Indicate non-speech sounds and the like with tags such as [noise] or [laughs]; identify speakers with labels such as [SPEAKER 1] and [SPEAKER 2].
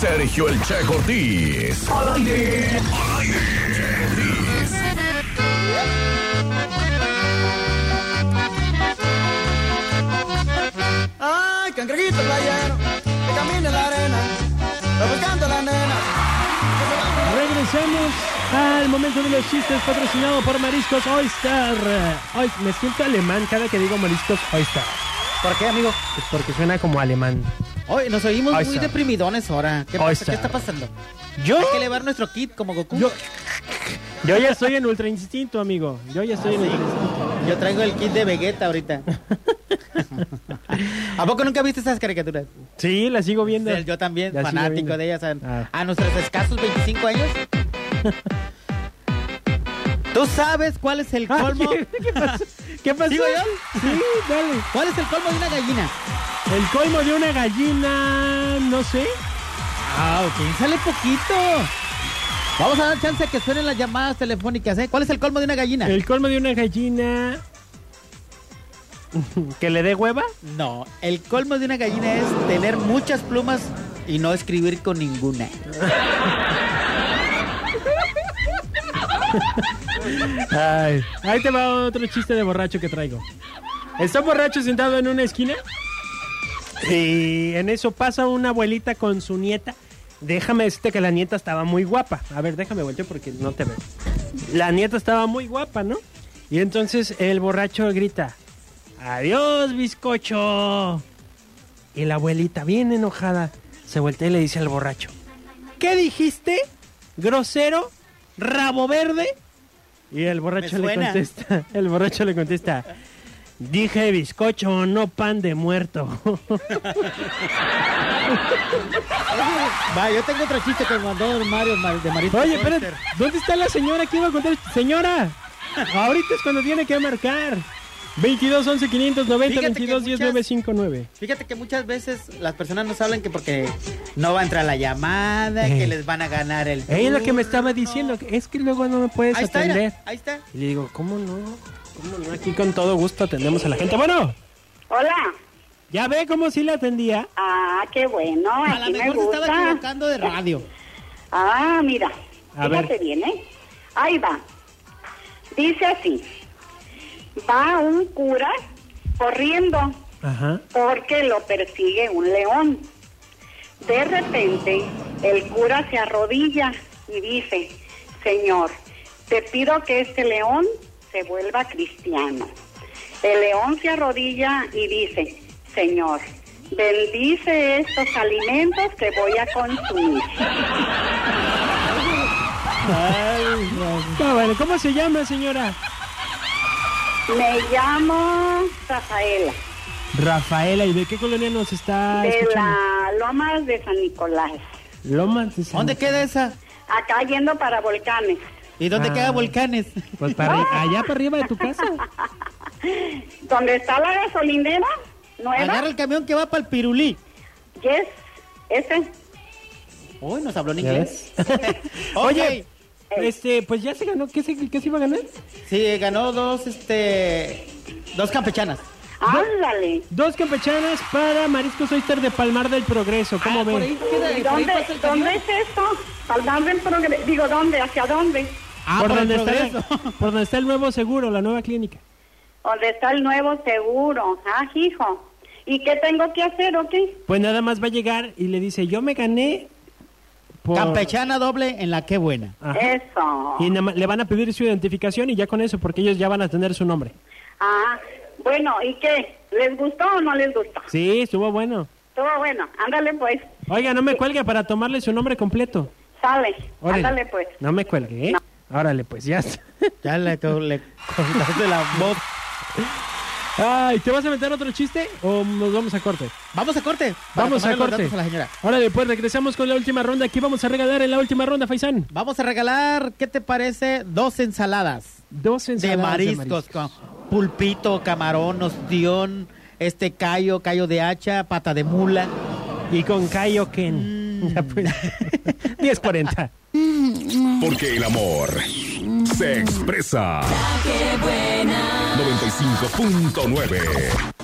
[SPEAKER 1] Sergio El Che Cortés. Al aire. Al aire. Cortés.
[SPEAKER 2] Ay, cangrejito playero, que camina en la arena, va buscando a la nena.
[SPEAKER 3] Regresamos al momento de los chistes patrocinado por Mariscos Oyster. Hoy me siento alemán cada que digo Mariscos Oyster.
[SPEAKER 4] ¿Por qué, amigo?
[SPEAKER 3] Pues porque suena como alemán.
[SPEAKER 4] Hoy nos oímos
[SPEAKER 3] Ahí
[SPEAKER 4] muy
[SPEAKER 3] está.
[SPEAKER 4] deprimidones ahora. ¿Qué,
[SPEAKER 3] Ahí
[SPEAKER 4] pasa?
[SPEAKER 3] está.
[SPEAKER 4] ¿Qué está pasando?
[SPEAKER 3] Yo,
[SPEAKER 4] Hay que elevar nuestro kit como Goku.
[SPEAKER 3] Yo-
[SPEAKER 4] Yo,
[SPEAKER 3] yo ya estoy en ultra instinto, amigo. Yo ya
[SPEAKER 4] ¿Ah,
[SPEAKER 3] estoy en ultra instinto.
[SPEAKER 4] traigo el kit de Vegeta
[SPEAKER 3] [laughs]
[SPEAKER 4] ahorita. ¿A poco nunca viste esas caricaturas?
[SPEAKER 3] Sí, la sigo viendo.
[SPEAKER 4] Sí, Pues Yo también,
[SPEAKER 3] Ya sigo viendo.
[SPEAKER 4] fanático de ellas. A,
[SPEAKER 3] Ah.
[SPEAKER 4] a nuestros escasos 25
[SPEAKER 3] [laughs]
[SPEAKER 4] años. ¿Tú sabes cuál es el
[SPEAKER 3] Ah,
[SPEAKER 4] colmo?
[SPEAKER 3] ¿Qué, qué pasó? ¿Qué pasó?
[SPEAKER 4] ¿Sigo yo?
[SPEAKER 3] Sí, dale.
[SPEAKER 4] ¿Cuál es el colmo de una gallina?
[SPEAKER 3] El colmo de una gallina, no sé.
[SPEAKER 4] Ah, ok, sale poquito. Vamos a dar chance a que suenen las llamadas telefónicas, ¿eh? ¿Cuál es el colmo de una gallina?
[SPEAKER 3] El colmo de una
[SPEAKER 4] [laughs]
[SPEAKER 3] gallina. ¿Que le dé hueva?
[SPEAKER 4] No, el colmo de una gallina es tener muchas plumas y no escribir con ninguna.
[SPEAKER 3] Ay. Ahí te va otro chiste de borracho que traigo. Está un borracho sentado en una esquina y en eso pasa una abuelita con su nieta. Déjame decirte que la nieta estaba muy guapa. A ver, déjame voltear porque no te veo. La nieta estaba muy guapa, ¿no? Y entonces el borracho grita, adiós, bizcocho. Y la abuelita, bien enojada, se voltea y le dice al borracho, ¿qué dijiste? ¿Grosero? ¿Rabo verde? Y el borracho
[SPEAKER 4] Me
[SPEAKER 3] le
[SPEAKER 4] suena.
[SPEAKER 3] contesta, [laughs] el borracho le contesta, dije bizcocho, no pan de muerto. [laughs]
[SPEAKER 4] Va, yo tengo otro chiste que mandó Mario Mar- de Marito.
[SPEAKER 3] Oye,
[SPEAKER 4] Foster.
[SPEAKER 3] espérate, ¿dónde está la señora que iba a contar? Señora, ahorita es cuando tiene que marcar. 22 11 590
[SPEAKER 4] Fíjate que
[SPEAKER 3] 22 10 959.
[SPEAKER 4] Fíjate que muchas veces las personas nos hablan que porque no va a entrar la llamada,
[SPEAKER 3] Eh.
[SPEAKER 4] que les van a ganar el.
[SPEAKER 3] Ella es lo que me estaba
[SPEAKER 4] turno.
[SPEAKER 3] diciendo, que es que luego no me puedes
[SPEAKER 4] Ahí está, mira,
[SPEAKER 3] atender.
[SPEAKER 4] ahí está.
[SPEAKER 3] Y le digo, ¿cómo no? ¿Cómo no? Aquí con todo gusto atendemos a la gente. Bueno,
[SPEAKER 5] Hola.
[SPEAKER 3] ya ve cómo sí la atendía.
[SPEAKER 5] Ah, qué bueno.
[SPEAKER 4] A lo
[SPEAKER 5] Aquí me
[SPEAKER 4] mejor se estaba
[SPEAKER 5] gusta.
[SPEAKER 4] equivocando de radio.
[SPEAKER 5] Ah, mira.
[SPEAKER 3] A
[SPEAKER 5] Fíjate
[SPEAKER 3] ver.
[SPEAKER 5] bien, ¿eh? Ahí va. Dice así. Va un cura corriendo
[SPEAKER 3] Ajá.
[SPEAKER 5] porque lo persigue un león. De repente, el cura se arrodilla y dice, Señor, te pido que este león se vuelva cristiano. El león se arrodilla y dice, Señor, bendice estos alimentos que voy a consumir.
[SPEAKER 3] Está bueno, Ah, ¿cómo se llama, señora?
[SPEAKER 5] Me llamo Rafaela,
[SPEAKER 3] Rafaela, ¿y de qué colonia nos está
[SPEAKER 5] de
[SPEAKER 3] escuchando?
[SPEAKER 5] la Lomas de San Nicolás,
[SPEAKER 3] Lomas de San-
[SPEAKER 4] ¿Dónde queda esa?
[SPEAKER 5] acá yendo para volcanes.
[SPEAKER 4] ¿Y dónde
[SPEAKER 3] Ah.
[SPEAKER 4] queda Volcanes?
[SPEAKER 3] Pues para arri- allá para arriba de tu casa.
[SPEAKER 5] ¿Dónde está la gasolinera? ¿Nueva?
[SPEAKER 4] Agarra el camión que va para el Pirulí.
[SPEAKER 5] Yes, ese.
[SPEAKER 4] Uy, nos habló en
[SPEAKER 3] ¿Ya
[SPEAKER 4] inglés. [laughs]
[SPEAKER 3] Oye,
[SPEAKER 4] Ok.
[SPEAKER 3] este, pues ya se ganó. ¿Qué se, qué se iba a ganar?
[SPEAKER 4] Sí, ganó dos, este, dos campechanas.
[SPEAKER 5] Ándale.
[SPEAKER 3] Dos campechanas para Mariscos Oyster de Palmar del Progreso. ¿Cómo
[SPEAKER 4] Ah, por ahí
[SPEAKER 3] ven?
[SPEAKER 4] queda- por ahí
[SPEAKER 5] ¿Dónde,
[SPEAKER 4] pasa el camión.
[SPEAKER 5] ¿Dónde es esto? ¿Palmar del Progreso? Digo, ¿dónde? ¿Hacia dónde?
[SPEAKER 4] Ah,
[SPEAKER 3] por,
[SPEAKER 4] por el
[SPEAKER 3] donde está,
[SPEAKER 4] progreso.
[SPEAKER 3] [laughs] por donde está el nuevo seguro, la nueva clínica.
[SPEAKER 5] ¿Dónde está el nuevo seguro? Ah, hijo. ¿Y qué tengo que hacer o qué?
[SPEAKER 3] Pues nada más va a llegar y le dice, yo me gané por...
[SPEAKER 4] Campechana doble en la que buena.
[SPEAKER 3] Ajá.
[SPEAKER 5] Eso.
[SPEAKER 3] Y nada más- le van a pedir su identificación y ya con eso, porque ellos ya van a tener su nombre.
[SPEAKER 5] Ah, bueno, ¿y qué? ¿Les gustó o no les gustó?
[SPEAKER 3] Sí, estuvo bueno.
[SPEAKER 5] Todo bueno. Ándale pues.
[SPEAKER 3] Oiga, no me cuelgue para tomarle su nombre completo.
[SPEAKER 5] Sale.
[SPEAKER 3] Órale.
[SPEAKER 5] Ándale pues.
[SPEAKER 3] No me cuelgue, ¿eh? Órale, pues ya está. [laughs]
[SPEAKER 4] Ya le, co- le cortaste la voz.
[SPEAKER 3] Ay, ¿te vas a meter otro chiste o nos vamos a corte?
[SPEAKER 4] Vamos a corte. para
[SPEAKER 3] Vamos a
[SPEAKER 4] tomarle los
[SPEAKER 3] corte.
[SPEAKER 4] datos a la señora.
[SPEAKER 3] Ahora después regresamos con la última ronda. Aquí vamos a regalar en la última ronda, Faisán.
[SPEAKER 4] Vamos a regalar, ¿qué te parece? Dos ensaladas,
[SPEAKER 3] Dos
[SPEAKER 4] de
[SPEAKER 3] ensaladas
[SPEAKER 4] mariscos, con pulpito, camarón, ostión, este callo, callo de hacha, pata de mula.
[SPEAKER 3] Y con
[SPEAKER 4] Mm.
[SPEAKER 3] Kaioken. [laughs] Ya pues. 10.40.
[SPEAKER 1] Porque el amor se expresa. 95.9